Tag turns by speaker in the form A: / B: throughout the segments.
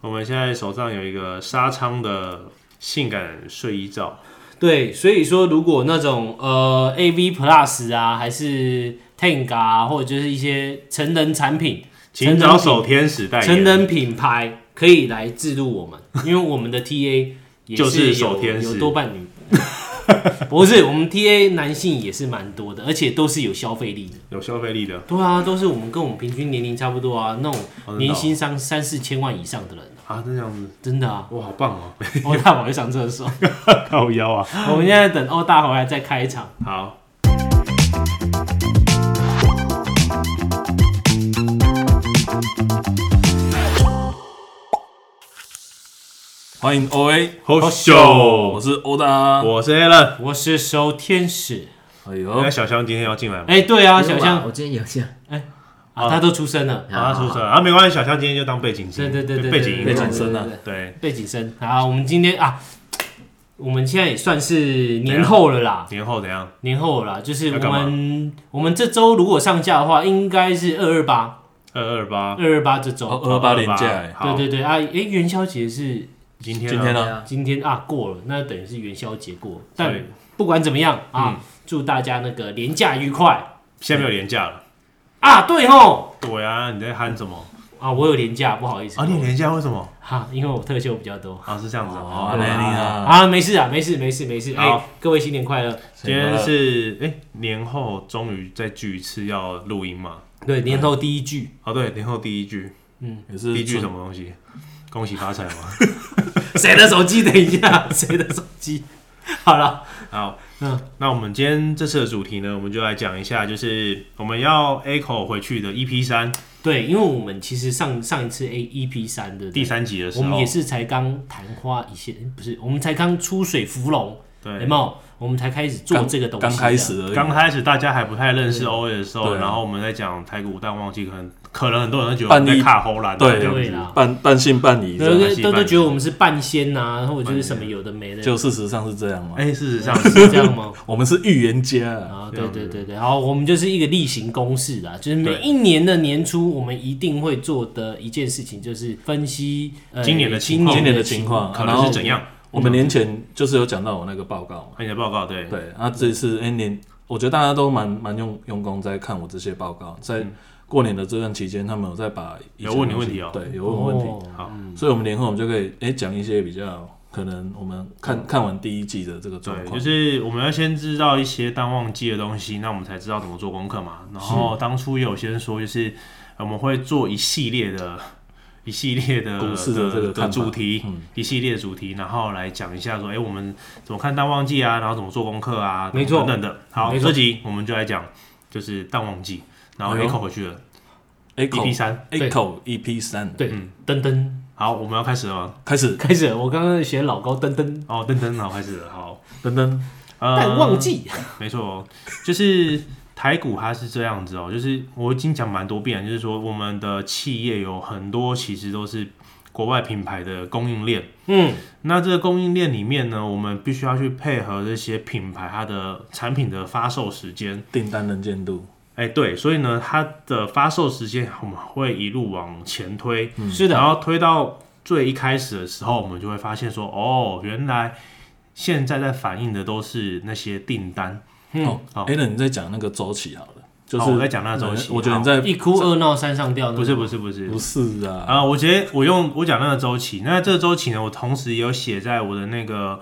A: 我们现在手上有一个纱仓的性感睡衣照，
B: 对，所以说如果那种呃 A V Plus 啊，还是 Tank 啊，或者就是一些成人产品、
A: 请找守天使代
B: 成
A: 言。
B: 人品牌，可以来置入我们，因为我们的 T A 也
A: 就是
B: 有
A: 守天使
B: 有多半女。 不是，我们 T A 男性也是蛮多的，而且都是有消费力的。
A: 有消费力的
B: 对啊，都是我们跟我们平均年龄差不多啊，那
A: 真的
B: 种
A: 哦
B: 年薪上三四千万以上的人，
A: 啊，这样子，。
B: 真的啊
A: 哇，好棒 哦，
B: 欧大宝去上 厕所，
A: 靠腰啊，
B: 我们现在等欧大回来再开场。
A: 好。
C: 欢迎 O A
A: 好秀
C: 我是欧大。
A: 我是 Alan，
B: 我是收天使，
C: 哎呦，
A: 那小香今天要进来吗？
B: 哎、对啊，小
D: 不用吧
B: 象
D: 我今天有这样，
B: 啊，他都出生了，
A: 啊，出生啊，没关系，小香今天就当背景
B: 对
A: 声，
B: 对对对，
A: 背景音
C: 背
A: 乐，
C: 景声
B: 对，
C: 啊
B: 对对
A: 对，
B: 背景声。好，我们今天啊，我们现在也算是年后了啦，
A: 年后怎样？
B: 年后了啦，就是
A: 啊要
B: 我
A: 干嘛
B: 们我们这周如果上架的话，应该是二二八，
A: 二二八，
B: 二二八这周。
C: 哦228连假哎
A: 好，
B: 对对对啊，哎、元宵节是
A: 今天
C: 今天
A: 呢？
C: 呢？
B: 今天啊过了，那等于是元宵节过，
A: 所
B: 但
A: 以嗯
B: 不管怎么样啊，祝大家那个年假愉快
A: 现在没有年假了。
B: 啊！对吼
A: 对啊，你在喊什么？
B: 啊，我有年假，不好意思
A: 啊，你有年假为什么？
B: 哈、因为我特休比较多。
A: 啊，是这样子啊。
C: 哦，阿
A: 哦
C: 雷尼啊，
B: 啊，没事啊，没事，没事，没事。哎、
A: 好
B: 各位新年快乐！
A: 今天是哎、年后终于再聚一次要录音嘛？
B: 对，年头第一句，
A: 哦，对，年后第一句，
C: 也
A: 第一
C: 是
A: 句什
C: 春
A: 么东西？恭喜发财嘛。
B: 谁的手机？等一下， 谁的手机？好了，
A: 好，
B: 嗯
A: 那我们今天这次的主题呢，我们就来讲一下，就是我们要 echo 回去的 EP 三
B: 对，因为我们其实上上一次 A E P 三的
A: 第，三集的时
B: 我
A: 候，
B: 们也是才刚昙花一现，哎不是，我们才刚出水芙蓉，有
A: 对。
B: 没有？我们才开始做
C: 刚
B: 这个东西，啊
C: 刚开，始而已。
A: 啊刚开始大家还不太认识 OA 的时候，
C: 对啊
A: 然后我们在讲台股淡旺季，可能可能很多人都觉得
C: 半
A: 我们在
C: 一
A: 卡喉兰啊，
C: 对
A: 这样
B: 对
A: 子
B: 啦，
C: 半半信半疑这
B: 都
C: 样，
A: 半
B: 都
A: 信
B: 都
A: 半疑
B: 都觉得我们是半仙呐、或者就是什么有的没的，
C: 就事实上是这样嘛。
A: 哎、事实上
B: 是这样吗？
C: 我们是预言家啊，
B: 啊，
A: 这
B: 对
A: 样
B: 对
A: 子
B: 对对，然后我们就是一个例行公事啊，就是每
A: 对
B: 一年的年初，我们一定会做的一件事情就是分析呃
A: 今年的情况
C: 今年的情况
A: 可
C: 然
A: 能
C: 后
A: 是怎样？
C: 我们年前就是有讲到我那个报告嘛。
A: 看你的报告，对，
C: 对，那这次哎年，我觉得大家都蛮蛮用用功在看我这些报告，在过年的这段期间，他们有在把以
A: 嗯
C: 前
A: 有问你
C: 东西
A: 问题哦
C: 对，有问我问题。
B: 哦
A: 好
C: 所以我们年后我们就可以哎讲一些比较可能我们看看完第一季的这个状
A: 对，
C: 况，
A: 就是我们要先知道一些淡旺季的东西，那我们才知道怎么做功课嘛。然后当初也有先说，就是呃我们会做一系列的、一系列的
C: 股市的这个看法
A: 主题，
C: 嗯
A: 一系列主题，然后来讲一下说，哎、我们怎么看淡旺季啊，然后怎么做功课啊，
B: 没错
A: 等等的。好，
B: 没错
A: 这集我们就来讲就是淡旺季，然后
C: 哎呦
A: echo 回去了 EP
C: ，echo
A: E 三。
B: 对
C: echo EP 三
B: 对
A: 嗯，
B: 噔噔
A: 好，我们要开始了吗？
C: 开始，
B: 开始了，我刚刚写老高噔噔，
A: 哦，噔噔，好，开始了。好，
C: 噔噔，
A: 呃
B: 但忘记
A: 没错哦，就是台股它是这样子哦，就是我已经讲蛮多遍了，就是说我们的企业有很多其实都是国外品牌的供应链。
B: 嗯，
A: 那这个供应链里面呢，我们必须要去配合这些品牌它的产品的发售时间。
C: 订单能见度，
A: 哎，对，所以呢，它的发售时间 我们会一路往前推，
B: 是的，
A: 然后推到最一开始的时候，我们就会发现说，哦，原来现在在反映的都是那些订单。
C: 哦
A: 好
C: ，Alan 你在讲那个周期好了，就
A: 好
C: 是呃
A: 我在讲那个周期
C: 我觉得你在
B: 一哭二闹三上吊，
A: 呃不是不是不是
C: 不是啊，
A: 啊、我觉得我用我讲那个周期，那这个周期呢，我同时也有写在我的那个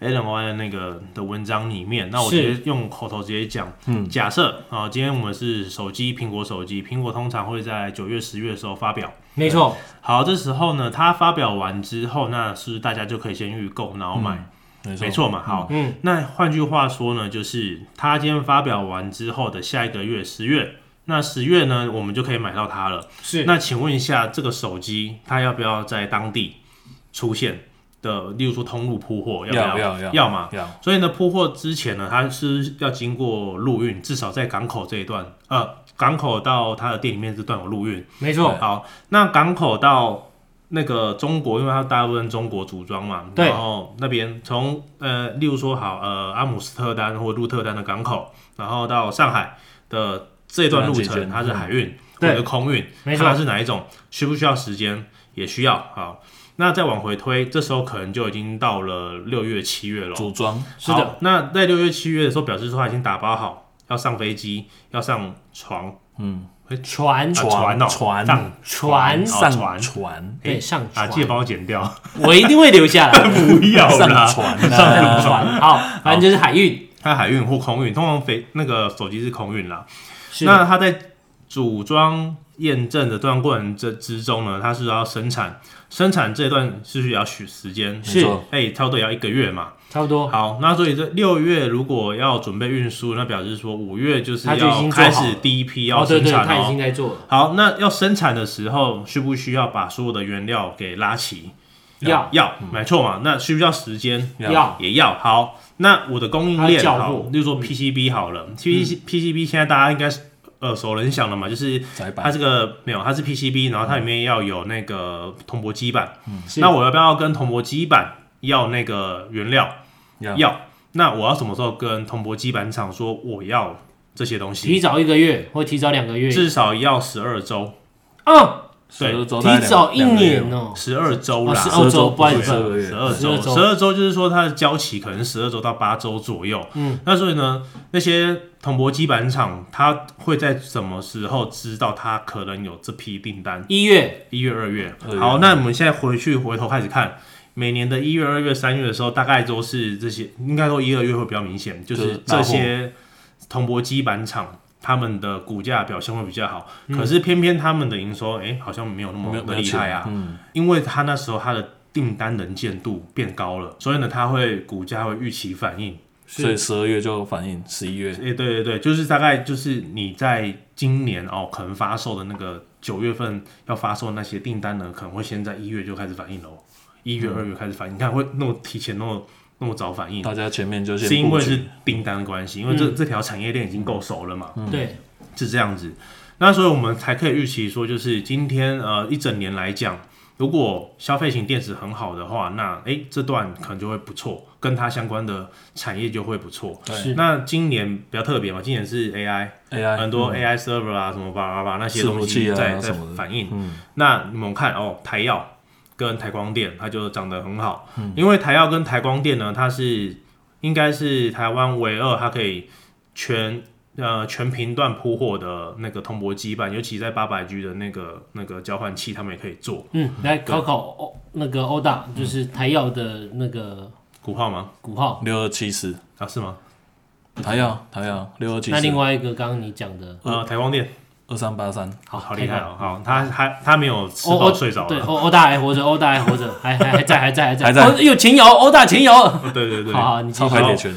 A: Alan Y 的那个的文章里面。那我
B: 是
A: 直接用口头直接讲，
C: 嗯，
A: 假设啊、今天我们是手机，苹果手机，苹果通常会在九月、十月的时候发表。
B: 没错，
A: 好，这时候呢，它发表完之后，那是不是大家就可以先预购，然后买，
C: 没
A: 没错嘛。好，
B: 嗯，
A: 那换句话说呢，就是它今天发表完之后的下一个月，十月，那十月呢，我们就可以买到它了。
B: 是
A: 那请问一下，这个手机它要不要在当地出现的，例如说通路铺货，不要？
C: 要要要
A: 要嘛。
C: 要
A: 所以呢，铺货之前呢，它是要经过陆运，至少在港口这一段，呃，港口到它的店里面这段有陆运。
B: 没错，
A: 好，那港口到那个中国，因为它大部分中国组装嘛，
B: 对
A: 然后那边从呃，例如说好呃阿姆斯特丹或鹿特丹的港口，然后到上海的这段路
C: 这段期
A: 程，
C: 间
A: 它是海运
B: 嗯
A: 或者
B: 对
A: 空运，
B: 没
A: 看它
B: 错，
A: 是哪一种，需不需要时间，也需要。好，那再往回推，这时候可能就已经到了六月、七月了。
C: 组装
B: 是的
A: 好，那在六月、七月的时候，表示说他已经打包好，要上飞机，要上床，
B: 船
A: 啊船哦，
C: 船
A: 上
B: 船
A: 哦
C: 上
A: 船
C: 船
B: 对上
A: 啊，
B: 船，
A: 记得帮我剪 掉，
B: 我一定会留下 来。
A: 不要
C: 上
A: 哦啦。
C: 船啊，
B: 上船，好，反正就是海运。
A: 它海运或空运，通常飞那个手机是空运啦。
B: 是的
A: 那它在组装验证的这段过程这之中呢，它是要生产，生产这段是需要许时间，
B: 是哦
C: 没错
A: 哎、差不多也要一个月嘛。
B: 差不多，
A: 好，那所以这六月如果要准备运输，那表示说五月就是
B: 它就已
A: 要
B: 经做好
A: 开
B: 了
A: 始第一批要
B: 哦，对
A: 生
B: 对，
A: 产
B: 他已
A: 哦
B: 经在做了，
A: 好，那要生产的时候，需不需要把所有的原料给拉齐？
B: 要
A: 要，没错嘛。那需不需要时间？
C: 要
B: 要
A: 也要。好，那我的供应
B: 它要
A: 链
B: 叫
A: 好
B: 货，
A: 例如说 PCB 好了，PCB PCB 现在大家应该是耳熟能详了嘛，就是它
C: 窄板
A: 这个没有，它是 PCB，然后它里面要有那个铜箔基板。
B: 是
A: 那我要不要跟铜箔基板要那个原料？
C: 要
A: 要。那我要什么时候跟铜箔基板厂说我要这些东
B: 提
A: 西？
B: 早一个月或提早两个月，
A: 至少要十二周，
B: 啊，
A: 对
C: 十二周大概
B: 提早一
C: 两个月
B: 年哦，
A: 十二周啦，
B: 哦
C: 十二
B: 12周
C: 周
B: 不好意思
C: 十二个
A: 十
C: 月，
A: 二周，
B: 12周
A: 十二周就是说它的交期可能十二周到八周左右。嗯，那所以呢，那些铜箔基板厂，它会在什么时候知道它可能有这批订单？
B: 一月
A: 一月、二月
C: 二。月
A: 好，那我们现在回去回头开始看，每年的一月、二月、三月的时候，大概都是这些，应该说一、二月会比较明显，就
C: 就是
A: 是
C: 大
A: 这
C: 货
A: 些铜箔基板厂。他们的股价表现会比较好，可是偏偏他们的营收，哎、好像没有那么
C: 嗯没有
A: 的
C: 没有
A: 厉害啊。
C: 钱嗯，
A: 因为他那时候他的订单能见度变高了，所以呢，他会股价会预期反应。
C: 所以十二月就反映十一月，
A: 哎、对对对，就是大概就是你在今年哦，可能发售的那个九月份要发售的那些订单呢，可能会先在一月就开始反应喽，一月、二月开始反应，你看会那么提前那么那么早反应，
C: 大家前面就先
A: 是因
C: 布
A: 为
C: 局
A: 是订单的关系，因为这、这条产业链已经够熟了嘛。
B: 对
A: 是这样子。那所以我们才可以预期说，就是今天呃一整年来讲，如果消费型电池很好的话，那诶、这段可能就会不错，跟它相关的产业就会不错。
C: 对
B: 是
A: 那今年比较特别嘛，今年是 AI，
C: AI
A: 很多 AI server 啊，什么巴拉巴拉那些
C: 嗯伺服
A: 东
C: 器
A: 西
C: 啊
A: 在、在
C: 什么的
A: 反应。
C: 嗯
A: 那你们看哦，台药跟台光电，它就涨得很好，
C: 嗯
A: 因为台药跟台光电呢，它是应该是台湾唯二，它可以全呃全频段铺货的那个铜箔基板，尤其在八百 G 的那个那个交换器，他们也可以做
B: 嗯，来考考欧那个欧大，就是台药的那个
A: 股票吗？
B: 股号。
C: 六二七四，
A: 啊，是吗？
C: 台药台药六二七
B: 那另
C: 四，
B: 外一个刚刚你讲的，
A: 呃，台光电，
C: 二三八三，
A: 好好
B: 台
A: 厉害
B: 药
A: 哦，好，他他他没有
C: 哦
A: 吃
B: 欧欧
A: 饱睡着
B: 对，
A: 了，
B: 欧欧大还活着，欧大还活着，还还还在，还在，还在，
C: 还在
B: 哦有前摇，欧大前摇。好
A: 对对对，
B: 好，你继
C: 超
B: 续
C: 牌铁拳，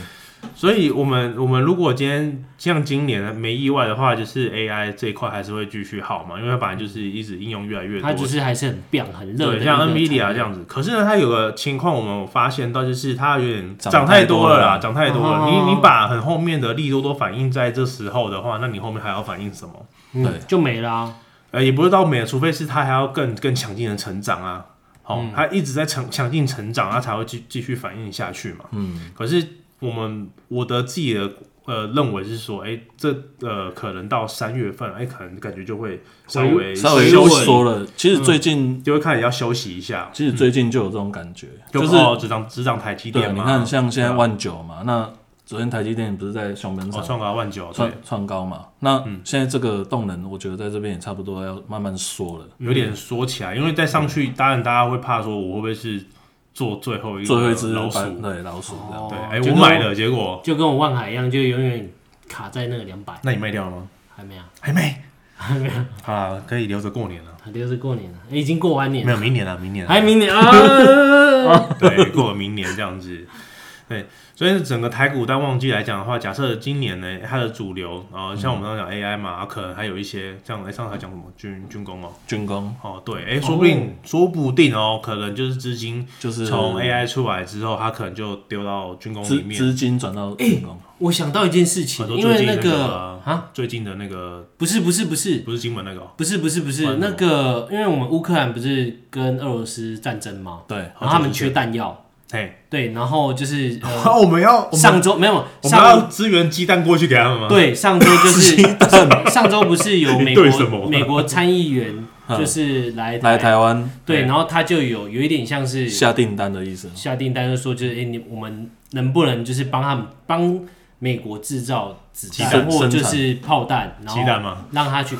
A: 所以，我们我们如果今天像今年没意外的话，就是 AI 这一块还是会继续好嘛，因为它本来就是一直应用越来越多
B: 它。就是还是很棒，很热的一
A: 对，
B: 个
A: 像
B: 产业。
A: NVIDIA 这样子，可是呢，它有个情况我们发现到，就是它有点
C: 涨
A: 涨
C: 太
A: 太
C: 多
A: 多
C: 了
A: 了啦，涨太多了。
B: 哦
A: 你你把很后面的利多都反映在这时候的话，那你后面还要反映什么？
B: 嗯，
C: 对
B: 就没啦、啊。
A: 呃，也不是到没有，除非是它还要更更强劲的成长啊。好、
C: 嗯
A: 它一直在强强劲成长，它才会继继续反映下去嘛。
C: 嗯，
A: 可是我们我的自己的呃认为是说，哎、这呃可能到三月份，哎、可能感觉就会稍微
C: 稍微
A: 休
C: 又
A: 息，嗯
C: 缩了。其实最近
A: 就会看也要休息一下，
C: 其实最近就有这种感觉，
A: 就
C: 就是
A: 哦，只涨只涨台积
C: 对，
A: 电
C: 你
A: 嘛，啊
C: 看像现在万九嘛，那昨天台积电不是在熊本
A: 哦
C: 厂
A: 创高万九，
C: 创
A: 对，嗯
C: 创高嘛？那现在这个动能，我觉得在这边也差不多要慢慢缩了。
A: 有点缩起来，因为再上去，当然大家会怕说我会不会是做最后一个
C: 最后一只
A: 老
C: 白
A: 鼠，
C: 对老鼠这样，
A: 对，
B: 哦
A: 哎、
B: 就
A: 我
B: 跟
A: 买了，结果
B: 就跟我万海一样，就永远卡在那个两百，
A: 那你卖掉了吗？
B: 还没啊，
A: 还没，好啦，可以留着过年了，
B: 留着啊过年了，诶已经过完年
A: 没
B: 了，
A: 有明年了，明年了
B: 还明年啊？
A: 对，过了明年这样子。对，所以整个台股淡旺季来讲的话，假设今年呢，它的主流，呃，像我们刚刚讲 AI 嘛，啊可能还有一些像哎上次还讲什么军军工哦，
C: 军工
A: 哦对，哎，说不定、说不定哦，可能就是资金
C: 就是
A: 从 AI 出来之后，它可能就丢到军工里
C: 资
A: 面。
C: 资金转到军工，
B: 我想到一件事情
A: 很，多
B: 因
A: 最
B: 为
A: 近那
B: 个
A: 啊，
B: 啊，
A: 最近的那个
B: 不是不是不是
A: 不是金门那个哦
B: 不是不是
A: 不
B: 不
A: 然
B: 是
A: 什么
B: 那个，
A: 嗯
B: 因为我们乌克兰不是跟俄罗斯战争吗？
C: 对，
B: 然后他们缺弹药，
A: 嘿，
B: 对，然后就是呃
A: 我们要 我们
B: 上周没有
A: 我们要
B: 上
A: 支援鸡蛋过去给他们吗？
B: 对上周就是上周不是有美
A: 你对什
B: 国
A: 么
B: 美国参议员
C: 嗯
B: 就是来
C: 来台湾
A: 嗯
B: 对，然后他就有有一点像是
C: 下订单的意思。
B: 下订单，就说就是哎、诶你我们能不能就是帮他们帮美国制造子
C: 鸡
B: 弹
C: 蛋
B: 或
C: 生产
B: 就是炮弹，然后
A: 鸡蛋吗？
B: 让他去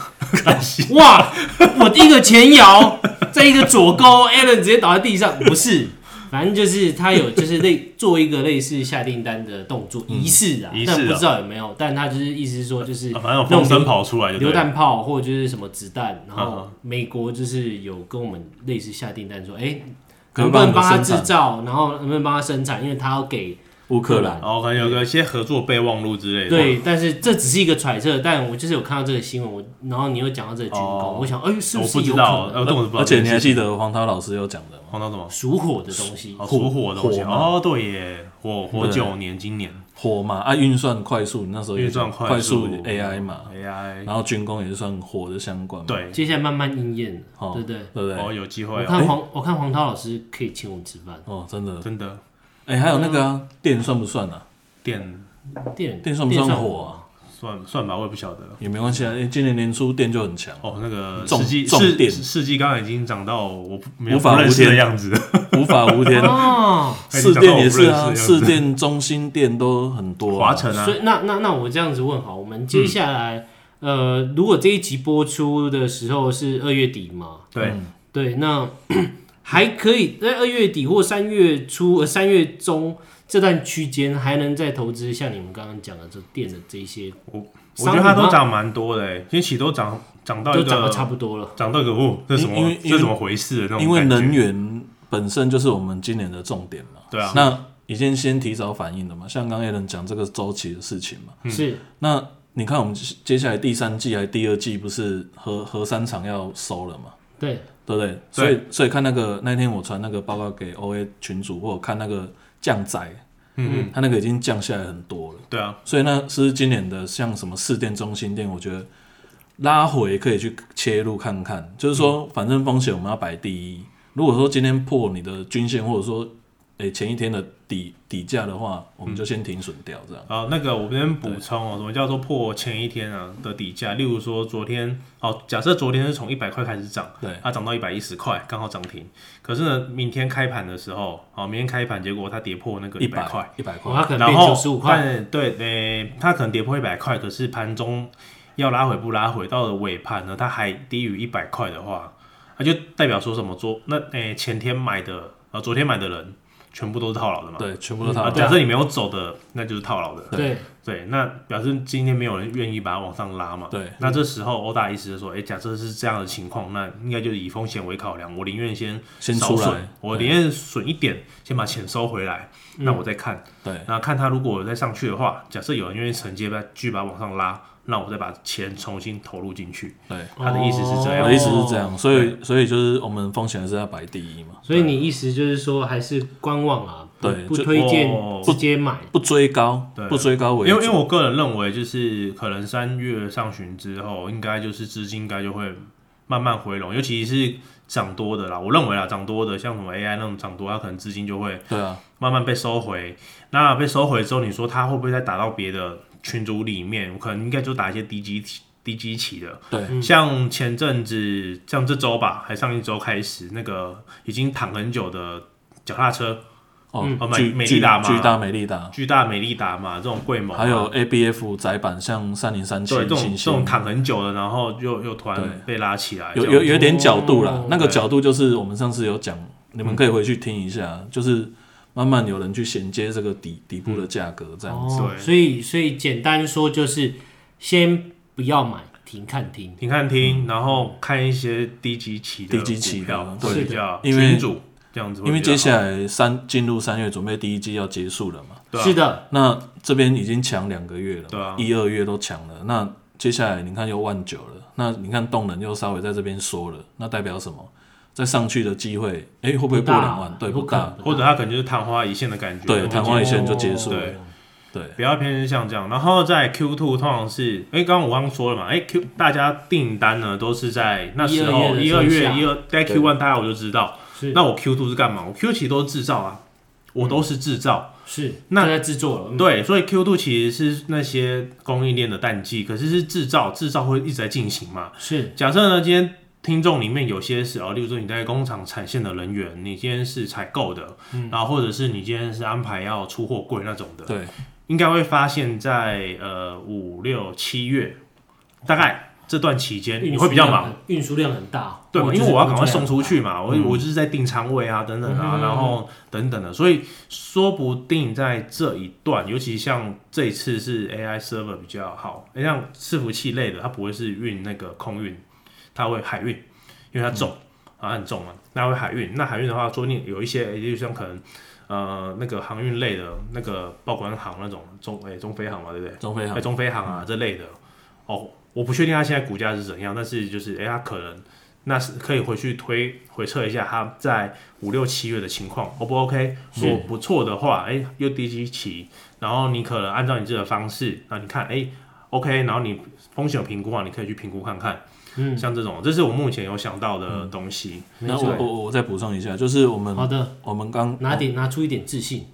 B: 哇，我一个前摇，再一个左勾 a l l n 直接倒在地上，不是。反正就是他有，就是类做一个类似下订单的动作仪式啊
A: 仪，式
B: 但
A: 啊
B: 不知道有没有。但他就是意思是说，就是
A: 啊反正有风声跑出来就对
B: 榴
A: 了。
B: 弹炮或者就是什么子弹，
A: 嗯
B: 然后美国就是有跟我们类似下订单说，哎、
C: 可
B: 能
C: 能
B: 不能帮他
C: 帮我们
B: 制
C: 生产
B: 造，然后能不能帮他生产，因为他要给
C: 乌克兰，
A: 然后可能有个一些合作备忘录之类的。，
B: 对，但是这只是一个揣测，但我就是有看到这个新闻，我然后你又讲到这个军工，
A: 哦
B: 我想，哎、是
A: 我
B: 不
A: 不
B: 是
A: 知
B: 有
A: 道，
B: 可
A: 呃
B: 能
A: 我根本不知道
C: 而
A: 这
C: 且
A: 件
C: 你
A: 事。
C: 还记得黄涛老师有讲的吗？
A: 黄到什么？
B: 属火的东西？
A: 哦，属火的东西。
C: 火嘛
A: 哦，对耶，火火
C: 对
A: 九年，今年
C: 火嘛，啊，运算快速，你那时候也
A: 运算
C: 讲
A: 快速
C: 速 AI 嘛，啊
A: AI
C: 然后军工也是算火的相关嘛，
A: 对，
B: 接下来慢慢应验了，
C: 哦
B: 对不对？
C: 对不对？
A: 哦，有机
B: 我
A: 会哦，
B: 看黄，我看黄涛老师可以请我们吃饭，
C: 哦，真的，
A: 真的
C: 哎，还有那个啊电算不算啊？
A: 电
B: 电
C: 电算不算火啊？
A: 算算吧，我也不晓得。，
C: 也没关系啊，因为今年年初电就很强啊
A: 哦，那个
C: 重
A: 世纪
C: 重
A: 世
C: 点
A: 世纪刚刚已经涨到我不没有
C: 无法
A: 不认识
C: 无
A: 的
C: 天
A: 样子，
C: 无法无
B: 电
C: 天
B: 算。哦，
C: 四电也是
A: 哎你
C: 啊，
A: 讲到我不认识的样子
C: 四电、中心电都很多啊、
A: 华晨啊
B: 所，以那那那我这样子问好，我们接下来、
A: 嗯
B: 呃，如果这一集播出的时候是二月底嘛？
A: 对，
C: 嗯
B: 对，那 还可以在二月底或三月初、呃三月中这段区间，还能再投资像你们刚刚讲的这电的这一些，
A: 我觉得它都涨蛮多的、欸，其实都涨涨到
B: 都
A: 一
B: 涨得
A: 个
B: 差不多了。
A: 涨到一个哦，这是什
C: 因
A: 么
C: 为？因
A: 这
C: 为
A: 怎么回事的那种
C: 因为
A: 感觉
C: 能源本身就是我们今年的重点嘛。
A: 对啊
C: 那已经先提早反应了嘛，像刚刚 a l n 讲这个周期的事情嘛。
A: 嗯
B: 是，
C: 那你看我们接下来第三季还第二季不是核核三厂要收了嘛？
B: 对，
C: 对不对？所以所以看那个那天我传那个报告给 OA 群主，或者看那个降载，
A: 嗯，
C: 它那个已经降下来很多了。
A: 对啊，
C: 所以呢，是今年的像什么四电、中心电，我觉得拉回可以去切入看看。就
A: 嗯
C: 是说，反正风险我们要摆第一。如果说今天破你的均线，或者说诶、前一天的底底价的话，我
A: 嗯
C: 们就先停损掉这样。
A: 啊，那个我这边补充哦，什么叫做破前一天啊的底价？例如说昨天，哦，假设昨天是从一百块开始涨，
C: 对，
A: 它涨到一百一十块，刚好涨停。可是呢，明天开盘的时候，哦，明天开盘结果它跌破那个
C: 一
A: 一百块，，
C: 一百
B: 哇，它
C: 块，
B: 可能
A: 然
B: 变
A: 后
B: 九十五块，
A: 但对，诶、它可能跌破一百块，可是盘中要拉回不拉回，到了尾盘呢，它还低于一百块的话，那就代表说什么？昨那诶、前天买的，呃，昨天买的人全部都是套牢的嘛？
C: 对，全部都
A: 啊，
C: 套
A: 假
C: 牢。
A: 设你没有走的，那就是套牢的。
B: 对，
A: 对，那表示今天没有人愿意把它往上拉嘛。
C: 对，
A: 那这时候欧大意思是说，诶、哎假设是这样的情况，那应该就是以风险为考量，我宁愿先
C: 先
A: 少
C: 出
A: 损
C: 来，，嗯
A: 我宁愿损一点，先把钱收回来，那我再看。
C: 对，
A: 那看它如果有再上去的话，假设有人愿意承接，把继续把它往上拉，那我再把钱重新投入进去。
C: 对。
A: 他的意思是这
C: 我
A: 样
C: 的意思是
A: 哦
C: 这样，所以所以就是我们风险还是要摆第一嘛，
B: 所以你意思就是说，还是观望啊，不
C: 对
B: 不
C: 就
B: 推荐
A: 哦
B: 直接买。
C: 不追高
A: 对，
C: 不追高为
A: 因为因为
C: 主。
A: 我个人认为，就是可能三月上旬之后，应该就是资金应该就会慢慢回笼，尤其是涨多的啦。我认为啦，涨多的像什么 AI 那种涨多，它可能资金就会
C: 对啊，
A: 慢慢被收回。那被收回之后，你说它会不会再打到别的群组里面？可能应该就打一些低基低基期的。
C: 对，
A: 像前阵子，像这周吧，还上一周开始，那个已经躺很久的脚踏车，
C: 哦
A: 哦，美
C: 巨
A: 美
C: 巨
A: 利达嘛
C: 巨大美利达，
A: 巨大美利达嘛，这种贵猛啊，
C: 还有 ABF 窄板，像三零三七
A: 对这种
C: 星
A: 这种
C: 星，
A: 躺很久的，然后又又突
C: 对
A: 然被拉起来，
C: 有
A: 这样
C: 有有点角度啦
B: 哦。
C: 那个角度就是我们上次有讲，你们可以回去听一
A: 嗯
C: 下，就是慢慢有人去衔接这个底底部的价格这样子。
B: 哦
A: 对，
B: 所以所以简单说就是，先不要买，停看停。
A: 停看听，然后看一些低级起的
C: 低基期
A: 股
C: 的
A: 票，
C: 对
A: 会比较
C: 因为
A: 群主这样子会
C: 因为
A: 比较好，
C: 接下来三进入三月，准备第一季要结束了嘛，
A: 对啊
B: 是的，
C: 那这边已经强两个月
A: 对啊
C: 了，一二月都强了，那接下来你看又万九了，那你看动能又稍微在这边缩了，那代表什么？再上去的机会，哎，会不会
B: 不
C: 破
B: 大
C: 两万？对，
B: 不
C: 不
B: 可
C: 大，
B: 能
A: 或者它可能就是昙花一现的感觉，
C: 对，
A: 我们
C: 昙花一现就结束
A: 对
C: 了，对。
A: 不要偏向这样。然后在 Q two 通常是，哎、刚刚我刚刚说了嘛，哎、q 大家订单呢都是在那时候一
B: 一
A: 二
B: 二
A: 月
B: 月
A: 一二，在 Q one 大家我就知道，
B: 哦是
A: 那我 Q two 是干嘛？我 Q 其实都是制造啊，我都是制造。
B: 是，
A: 那
B: 正在制作了。嗯
A: 对，所以 Q two 其实是那些供应链的淡季，可是是制造，制造会一直在进行嘛。
B: 是
A: 假设呢，今天听众里面有些是哦，例如说你在工厂产线的人员，你今天是采购的，然后或者是你今天是安排要出货柜那种的，
C: 对，
A: 应该会发现在呃五六七月，大概这段期间你会比较忙。，
B: 运输量很大。
A: 对
B: 哇，
A: 因
B: 就
A: 为
B: 是
A: 我要赶快
B: 运输
A: 送
B: 量
A: 出去嘛，
B: 嗯
A: 我我就是在定仓位啊，等等啊，然后等等的，所以说不定在这一段，尤其像这一次是 AI server 比较好，诶像伺服器类的，它不会是运那个空运，它会海运，因为它
B: 嗯
A: 重，啊很重嘛，那会海运。那海运的话，说不定有一些，诶就像可能呃那个航运类的那个报关行那种中诶中飞航嘛，对不对？
C: 中非
A: 哎，
C: 航
A: 中飞航啊这类的。哦，我不确定它现在股价是怎样，但是就是哎，它可能那是可以回去推回测一下它在五六七月的情况，O、不哦 OK？如果不错的话，哎，又低基期，然后你可能按照你自己的方式，那你看哎 OK，然后你风险有评估啊，你可以去评估看看。嗯，像这种，这是我目前有想到的东西。
B: 没
C: 那
B: 错
C: 我我我再补充一下，就是我
B: 好
C: 们
B: 的，
C: 我们刚
B: 拿点拿出一点自信。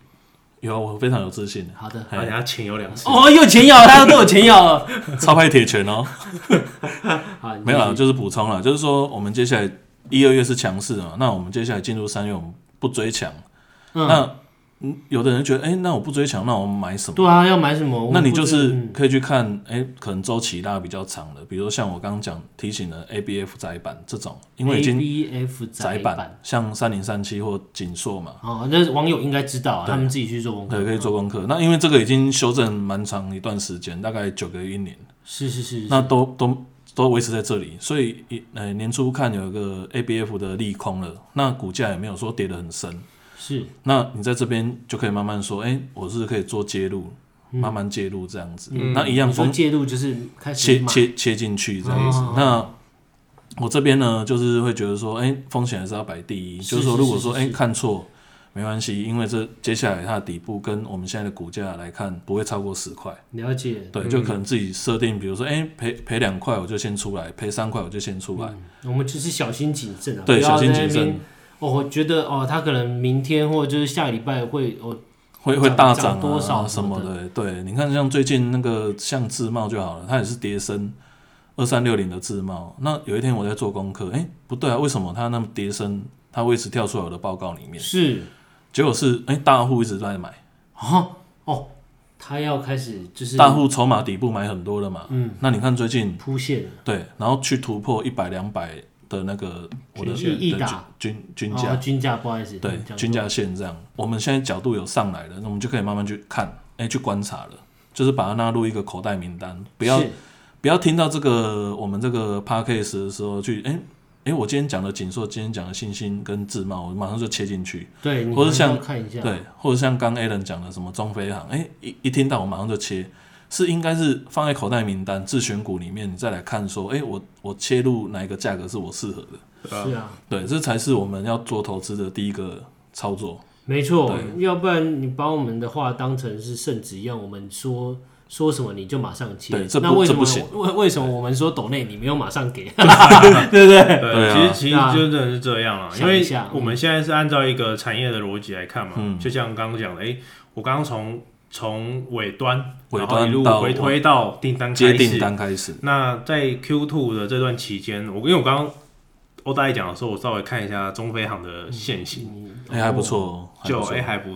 C: 有啊我非常有自信，
B: 好的，
A: 而且它钱有两次，
B: 哦，又前摇，大家都有前摇了。
C: 超拍铁拳哦。
B: 好，你继续
C: 没有啦，啊就是补充了，就是说我们接下来一二月是强势嘛，那我们接下来进入三月，我们不追强。那嗯有的人觉得，哎、那我不追强，那我们买什么？
B: 对啊，要买什么？
C: 那你
B: 我
C: 就
B: 嗯
C: 是可以去看，哎、可能周期拉比较长的，比如像我刚刚讲提醒的 ABF 窄板这种，因为已经
B: ABF 窄
C: 窄
B: 板
C: 板，像三零三七或锦硕嘛，
B: 哦，那网友应该知道啊，他们自己去做功
C: 对，
B: 课。
C: 可以做功课。那因为这个已经修正蛮长一段时间，大概九个月一年。
B: 是是是，
C: 那都都都维持在这里，所以一呃年初看有一个 ABF 的利空了，那股价也没有说跌得很深，
B: 是
C: 那你在这边就可以慢慢说，哎、我是可以做介入，慢慢介入这样子，那一样
B: 嗯你说
C: 风
B: 介入就是开始
C: 切
B: 买
C: 切切进去这样子。
B: 哦
C: 那我这边呢，就是会觉得说，哎、风险还是要摆第一，
B: 是
C: 就是说
B: 是
C: 如果
B: 是
C: 说
B: 是
C: 哎、
B: 是
C: 看错。没关系，因为这接下来它的底部跟我们现在的股价来看，不会超过十块。
B: 了解。
C: 对，就可能自己设定，比如说，哎、赔赔两块我就先出来，赔三块我就先出来。
B: 嗯我们就是小心谨慎啊，
C: 对
B: 不要
C: 小
B: 在
C: 心
B: 那
C: 谨慎
B: 边。哦，我觉得哦，他可能明天或者就是下个礼拜会哦，
C: 会
B: 涨
C: 会大
B: 涨
C: 啊
B: 多少
C: 什
B: 什么
C: 么的，对，你看像最近那个像自贸就好了，它也是跌升二三六零的自贸。那有一天我在做功课，哎、不对啊，为什么它那么跌升？它会一直跳出来我的报告里面，
B: 是
C: 结果是哎、大户一直在买，
B: 哦哦，他要开始就是
C: 大户筹码底部买很多了嘛，嗯，那你看最近
B: 铺线了，
C: 对，然后去突破一百两百的那个我的
B: 均
C: 的
B: 均价
C: 均均
B: 哦
C: 价，
B: 均价，不好意思，
C: 对
B: 你讲
C: 均价线这样，我们现在角度有上来了，那我们就可以慢慢去看，哎、去观察了，就是把它纳入一个口袋名单，不要
B: 是
C: 不要听到这个我们这个 p a c a s e 的时候去，哎、哎、我今天讲的锦硕，今天讲的信心跟自贸，我马上就切进去，
B: 对，你
C: 或
B: 可
C: 者
B: 能
C: 像
B: 要看一下，
C: 对，或者像刚 Alan 讲的什么中飞航，哎、一一听到我马上就切，是应该是放在口袋名单自选股里面，你再来看说，哎、我我切入哪一个价格是我适合的，
B: 是啊，
C: 对，这才是我们要做投资的第一个操作。
B: 没错，要不然你把我们的话当成是圣旨一样，我们说说什么你就马上切。
C: 对这不
B: 那为什
C: 这
B: 么
C: 不行
B: 为为什么我们说抖内你没有马上给？
C: 对
A: 对，
C: 啊
A: 其实其实
B: 那
A: 就真的是这样啊，因
B: 想一
A: 为
B: 下嗯
A: 我们现在是按照一个产业的逻辑来看嘛，就像刚刚讲的，哎、我刚刚从从尾端，
C: 尾
A: 然后
C: 端
A: 一路
C: 到
A: 回推到订单
C: 接
A: 开
C: 订
A: 始。
C: 单开始，
A: 那在 Q two 的这段期间，我因为我刚刚欧大一讲的时候，我稍微看一下中飞航的现
B: 嗯
A: 形，
C: 哎、还不错哦，还
A: 就
C: 不错
A: 哎、还不，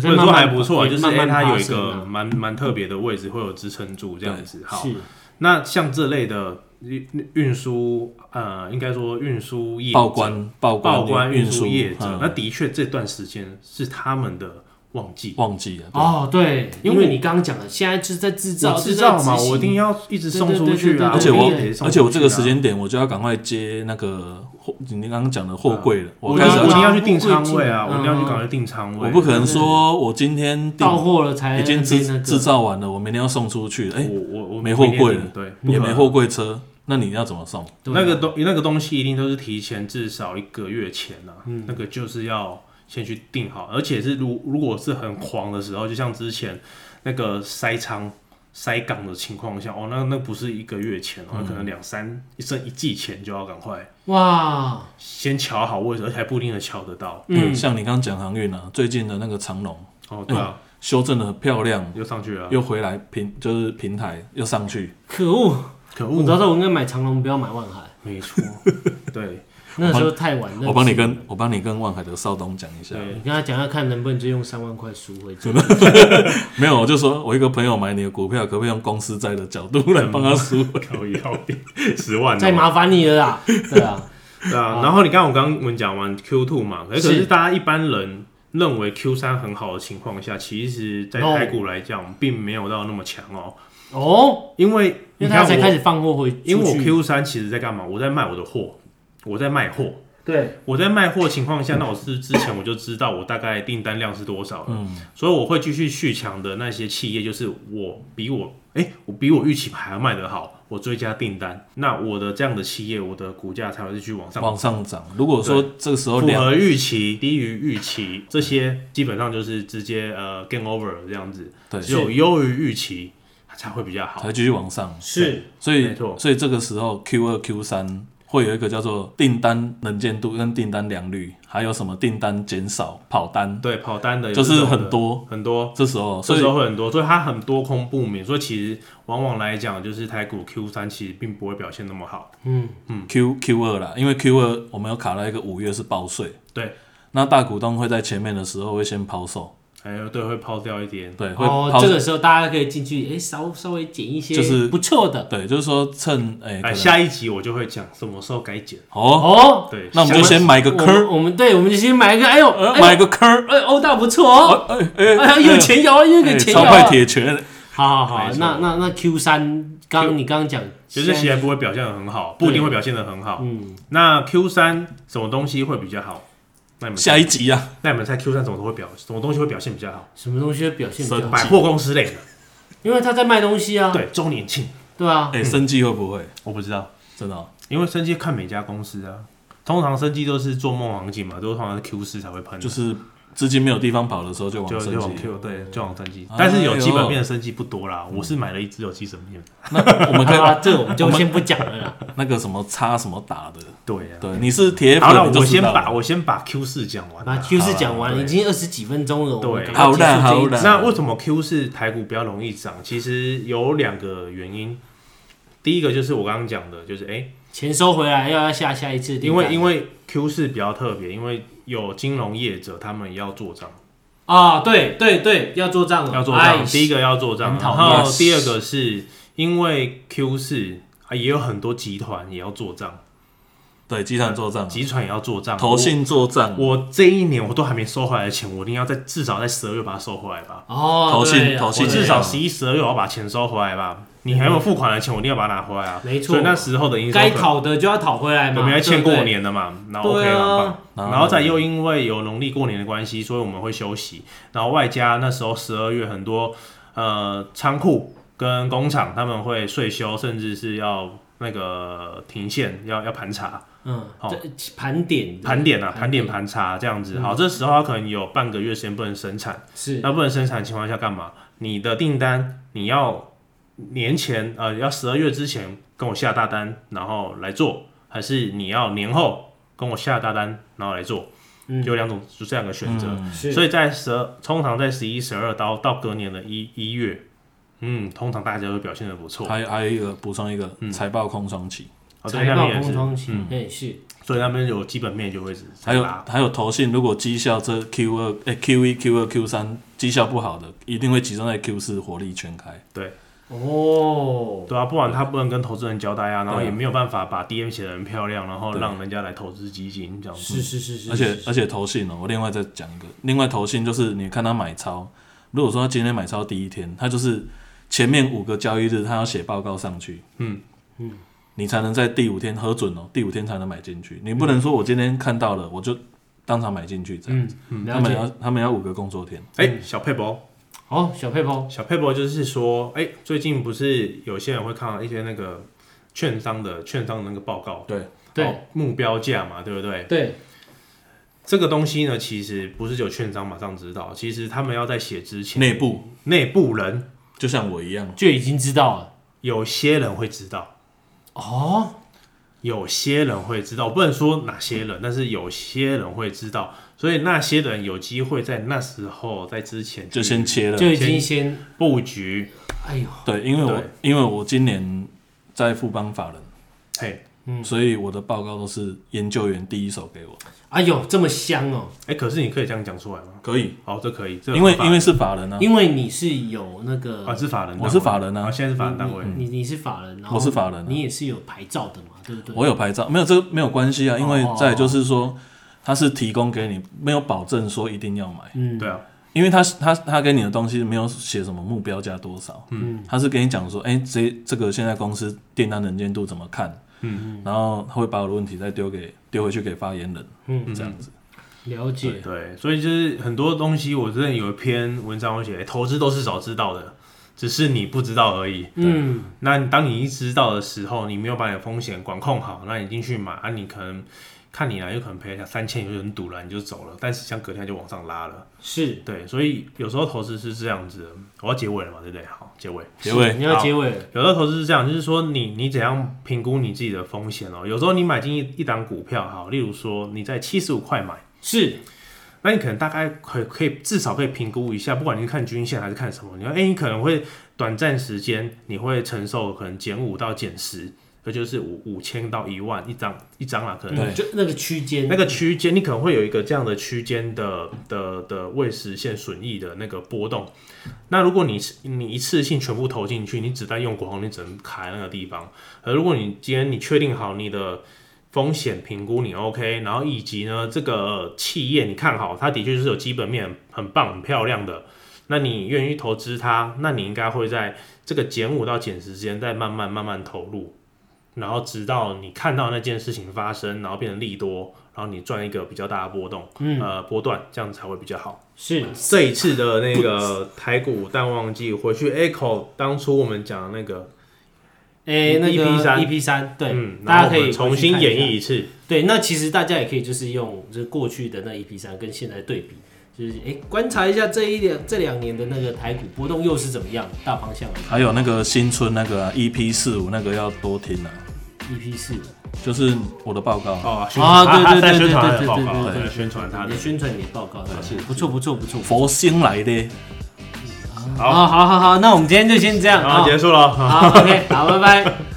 A: 不
B: 在
A: 能说
B: 慢慢
A: 还不错，
B: 也
A: 就是
B: 慢
A: 哎、
B: 慢
A: 它有一
B: 爬升
A: 个
B: 啊
A: 蛮蛮特别的位置，会有支撑住这样子。好，
B: 是
A: 那像这类的运运输，呃，应该说运输业
C: 报关报关
A: 报关运
C: 运
A: 输业者，那
C: 嗯、
A: 的确这段时间是他们的旺季。
C: 忘记了，对
B: 哦，对，
A: 因
B: 因
A: 为
B: 为你刚刚讲了，现在就是在制造，
A: 我制造
B: 是在
A: 嘛，
B: 执行
A: 我一定要一直送出去啊！
B: 对
C: 而且
B: 我也
C: 我
B: 得
C: 而且我这个时，间点我就要赶快接那个货，你刚刚讲的货柜了，
A: 我
C: 开
A: 要
C: 始
A: 我
C: 要
A: 一
B: 要
A: 定
C: 去
A: 要去订仓位啊，
B: 嗯
A: 我一定要去赶快订仓位。
C: 我不可能说我今天订
B: 到货了才
C: 已
B: 在那
C: 经
B: 边
C: 制
B: 那个
C: 制造完了，我明天要送出去，哎、
A: 我我我
C: 没货柜了
A: 了，对，
C: 也
A: 不可
C: 没
A: 能
C: 货。柜车，那你要怎么送？
B: 对啊
A: 那个东那个东西一定都是提前至少一个月前啊，那个就是要先去订好，而且是如如果是很狂的时候，就像之前那个塞仓。塞港的情况下，哦，那那不是一个月前哦，那可能两三甚一季前就要赶快
B: 哇，
A: 先瞧好位置，而且还不一定能瞧得到。
C: 嗯，像你刚刚讲航运啊，最近的那个长龙
A: 哦，对啊，
C: 修正的很漂亮，
A: 又上去了，
C: 又回来平就是平台又上去，
B: 可恶！
A: 可
B: 我
A: 恶！
B: 到时候我应该买长隆，不要买万海。
A: 没错，对
B: 那时候太晚认识了。
C: 我帮你跟我帮你跟望海的少东讲一下，
A: 对
B: 你跟他讲，要看能不能就用三万块赎回这个。
C: 没有，我就说我一个朋友买你的股票，可不可以用公司债的角度来帮他赎回？
A: 靠腰，十万、哦，
B: 再麻烦你了啦，对啊，
A: 对啊，然后你刚刚我刚刚我们讲完 Q two 嘛，可是可
B: 是
A: 是大家一般人认为 Q 三很好的情况下，其实在
B: No
A: 台股来讲，并没有到那么强哦、
B: 哦，
A: 因为
B: 因为
A: 你
B: 他
A: 看
B: 才开
A: 我，
B: 始放货回出去，
A: 因为我 Q 三其实在干嘛？我在卖我的货，我在卖货，
B: 对
A: 我在卖货情
B: 嗯
A: 况下，那我是之前我就知道我大概订单量是多少了，
C: 嗯
A: 所以我会继续续强的那些企业，就是我比我哎、我比我预期还要卖得好，我追加订单，那我的这样的企业，我的股价才会继续往上
C: 往上涨。如果说这个时候
A: 符
C: 哦两
A: 合预期、低于预期，这些基本上就是直接呃 game over 这样子，
C: 对
A: 只有优于预期它才会比较好。
C: 才继续往上，
B: 是
C: 所以
A: 没错
C: 所以这个时候 Q 二 Q 三会有一个叫做订单能见度跟订单良率，还有什么订单减少跑单，
A: 对，跑单的有
C: 就
A: 这
C: 是
A: 种的
C: 很多。
A: 很多，
C: 这时候，
A: 这
C: 所以
A: 时候会很多，所以它很多空不明，所以其实往往来讲，就是台股 Q 三其实并不会表现那么好。嗯
C: Q Q 二啦，因为 Q 二我们有卡到一个五月是报税，
A: 对，
C: 那大股东会在前面的时候会先抛售，
A: 还有对会抛掉一点，
C: 对，会
B: 哦
C: 抛，
B: 这个时候大家可以进去，哎，稍稍微捡一些
C: 就是
B: 不错的
C: 对，就是说趁哎、可
A: 哎，
C: 能
A: 下一哎集我就会讲什么时候该减。
C: 哦，
B: 哦。
A: 对，
C: 那我们就先买一个
B: 我
C: 坑
B: 们
C: 儿，
B: 我们对，我们就先买一个，哎呦，
C: 呃，
B: 哎
C: 买一
B: 呦，
C: 个坑儿，
B: 哎，欧大不错哦，
C: 哎哎
B: 哎呀，有钱摇啊，又
C: 哎
B: 有钱摇
C: 超快
B: 啊。
C: 铁拳，
B: 好好好
A: 没，错
B: 那那那 Q 三，刚你刚刚讲，
A: 就是
B: 现
A: 其
B: 在
A: 实不会表现的很好，不一定会表现的很好。
B: 嗯，
A: 那 Q 三什么东西会比较好？那你们
C: 下一集啊，
A: 那你们猜 Q 三什么都会表什么东西会表现比较好？
B: 什么东西会表现比较
C: 生
B: 好？
A: 百货公司类的，
B: 因为他在卖东西啊，
A: 对，周年庆，
B: 对啊，
C: 哎、生计会不会
A: 我不知道，
C: 真的、哦？
A: 因为生机看每家公司啊，通常生机都是做梦行情嘛，都通常是 Q 四才会喷的，啊
C: 就是资金没有地方跑的时候就
A: 就
C: 往
A: 就往
C: 升级。
A: Q 对，就往生机
C: 哎，呦
A: 但是有基本面的生机不多啦，我是买了一只有基本面，哎
C: 那我们可以
B: 好
C: 把
B: 啦，这我们就先不讲了啦。
C: 那个什么叉什么打的，
A: 对呀，
C: 对，你是铁粉
A: 好了，
C: 你就
A: 我
C: 知
A: 先
C: 道
A: 把
C: 了。
A: 我先把 Q 四讲完
B: 把
A: 啦。
B: Q 四讲完，
A: 对
B: 已经二十几分钟了，
A: 对
B: 我们赶快
C: 好啦
B: 结束
C: 好
B: 这一
C: 啦
B: 集
A: 那为什么 Q 四台股比较容易涨？其实有两个原因，第一个就是我刚刚讲的，就是哎、
B: 钱收回来，要要下下一次订
A: 因
B: 单，
A: 为因为 Q 四比较特别，因为有金融业者他们要做账。
B: 啊，对对对，要做账了，
A: 要做
B: 哎
A: 账，第一个要做账，
B: 很讨
A: 然
B: 厌
A: 后第二个是因为 Q 四啊，也有很多集团也要做账，
C: 对，集团做
B: 嗯
C: 账，
A: 集团也要做账，
C: 投信做账，
A: 我。我这一年我都还没收回来的钱，我一定要在至少在十二月把它收回来吧。
B: 哦，
C: 投信
B: 对啊
C: 投信
A: 我
B: 对
A: 至少十一、十二月我要把钱收回来吧。你还没有付款的钱，我一定要把它拿回来啊。
B: 嗯没错
A: 所以那时候的营收
B: 该
A: 可
B: 讨的就要讨回来嘛，
A: 我们还欠
B: 对
A: 过
B: 不对，
A: 年的嘛，然后
B: 对
A: OK
B: 啊
A: 了吧？
C: 然后
A: 然后再又因为有农历过年的关系，所以我们会休息。然后外加那时候十二月很多呃仓库跟工厂他们会税休，甚至是要那个停线，要要盘查、
B: 嗯，
A: 好
B: 这盘点
A: 盘点啊，盘点盘查这样子。
B: 嗯
A: 好，这时候它可能有半个月时间不能生产，
B: 是
A: 那不能生产的情况下干嘛？你的订单你要年前呃要十二月之前跟我下大单，然后来做，还是你要年后跟我下大单然后来做？
B: 嗯
A: 有两种，就这两个选择。
C: 嗯
B: 是，
A: 所以在十二，通常在十一、十二到到隔年的一一月，嗯，通常大家都表现的不错。
C: 还有还有一个补充一个
A: 嗯
C: 财报空窗期，
A: 哦，对，
B: 财
A: 那
B: 报
A: 边也
B: 空
A: 是，
B: 窗期，哎是，
A: 所以那边有基本面就会是
C: 还有
A: 拉
C: 还有投信，如果绩效这 Q 二哎 Q 一 Q 二 Q 三绩效不好的，一定会集中在 Q 四火力全开。
A: 对
B: 哦，
A: 对啊，不然他不能跟投资人交代啊，然后
C: 对啊
A: 也没有办法把 DM 写的很漂亮，然后
C: 对
A: 让人家来投资基金这样子。
B: 是是是是，
C: 而且
B: 是
C: 而且投信哦、我另外再讲一个，另外投信就是你看他买超，如果说他今天买超第一天，他就是前面五个交易日他要写报告上去，嗯嗯，你才能在第五天核准哦、第五天才能买进去，你不能说我今天看到了我就当场买进去这样子，
B: 嗯
C: 他
B: 了
C: 们
B: 解，
C: 要他们要五个工作天，
A: 哎、小佩博，
B: 哦，小佩包，
A: 小 paper 就是说，哎、最近不是有些人会看到一些那个券商的券商的那个报告，
C: 对，
B: 对
A: 哦目标价嘛，对不对？
B: 对，
A: 这个东西呢，其实不是只有券商马上知道，其实他们要在写之前，
C: 内部
A: 内部人
C: 就像我一样，
B: 就已经知道了，
A: 有些人会知道，
B: 哦，
A: 有些人会知道，我不能说哪些
C: 嗯
A: 人，但是有些人会知道，所以那些人有机会在那时候在之前
C: 就先切了，
B: 就已经先，
A: 布局，
B: 哎呦，
C: 对，因为我
A: 对
C: 因为我今年在富邦法人，
A: 嘿，
C: 嗯，所以我的报告都是研究员第一手给我，
B: 哎呦，这么香哦、
A: 哎、可是你可以这样讲出来吗？
C: 可以，
A: 好，这可以，这
C: 因为
A: 合法
C: 因为是法人啊，
B: 因为你是有那个，
A: 啊是法人单位，
C: 我是法人啊
A: 现在是法人单位，
B: 你你是法人，然后
C: 我是法人啊
B: 你也是有牌照的嘛，对不对？
C: 我有牌照，没有这没有关系啊，因为
B: 哦
C: 再就是说，他是提供给你，没有保证说一定要买，
B: 嗯，
A: 对啊，
C: 因为他他他给你的东西没有写什么目标价多少，嗯，他是给你讲说，哎、这这个现在公司订单能见度怎么看，嗯，然后他会把我的问题再丢给丢回去给发言人，嗯，这样子，
B: 了
A: 对
B: 解，
A: 对，所以就是很多东西，我之前有一篇文章我写、哎投资都是早知道的，只是你不知道而已。
B: 嗯，
A: 那你当你一知道的时候，你没有把你的风险管控好，那你进去买啊，你可能看你啊来有可能赔了三千，有人赌了你就走了，但是像隔天就往上拉了。
B: 是，
A: 对，所以有时候投资是这样子的。我要结尾了嘛，对不对？好，结尾。
C: 结尾
B: 是你要结尾了，
A: 有时候投资是这样，就是说你你怎样评估你自己的风险哦。有时候你买进一一档股票，好，例如说你在七十五块买，
B: 是
A: 那你可能大概可可以至少可以评估一下，不管你是看均线还是看什么，你说哎、诶你可能会短暂时间你会承受可能减五到减十，这就是五五千到一万一张一张啦，可能
C: 对
B: 嗯就那个区间，
A: 那个区间，你可能会有一个这样的区间的的的未实现损益的那个波动。那如果你是你一次性全部投进去，你子弹用光，你只能卡在那个地方。而如果你今天你确定好你的风险评估，你 OK，然后以及呢这个企业你看好，它的确是有基本面很棒、很漂亮的。那你愿意投资它，那你应该会在这个减五到减十之间再慢慢慢慢投入，然后直到你看到那件事情发生，然后变成利多，然后你赚一个比较大的波动，嗯、呃波段，这样才会比较好。
B: 是
A: 这一次的那个台股淡旺季回去 echo 当初我们讲的那个，
B: 诶，那个
A: EP3
B: EP 三，对
A: 嗯，，
B: 大家可
A: 然后我
B: 以
A: 们重
B: 回去
A: 新
B: 看一下
A: 演绎一次，
B: 对，那其实大家也可以就是用就是过去的那一 P 三跟现在对比，就是哎、诶观察一下这一两这两年的那个台股波动又是怎么样，大方向
C: 还有那个新春那个、啊、EP 四五那个要多听啊，
B: 一，E P 四
C: 就是我的报告啊，
A: 哦，宣
B: 啊
A: 他
B: 对对
A: 在
B: 对
A: 宣传他的
B: 对对
A: 报
B: 对
A: 告，
B: 对对
A: 对，宣传他
B: 你
A: 的
B: 的。宣传你的报告
A: 啊是
B: 不错不错不错。
C: 佛星来的，
A: 好
B: 好好好好，那我们今天就先这样
A: 好，
B: 啊
A: 结，束了。
B: 好 OK，好，拜拜。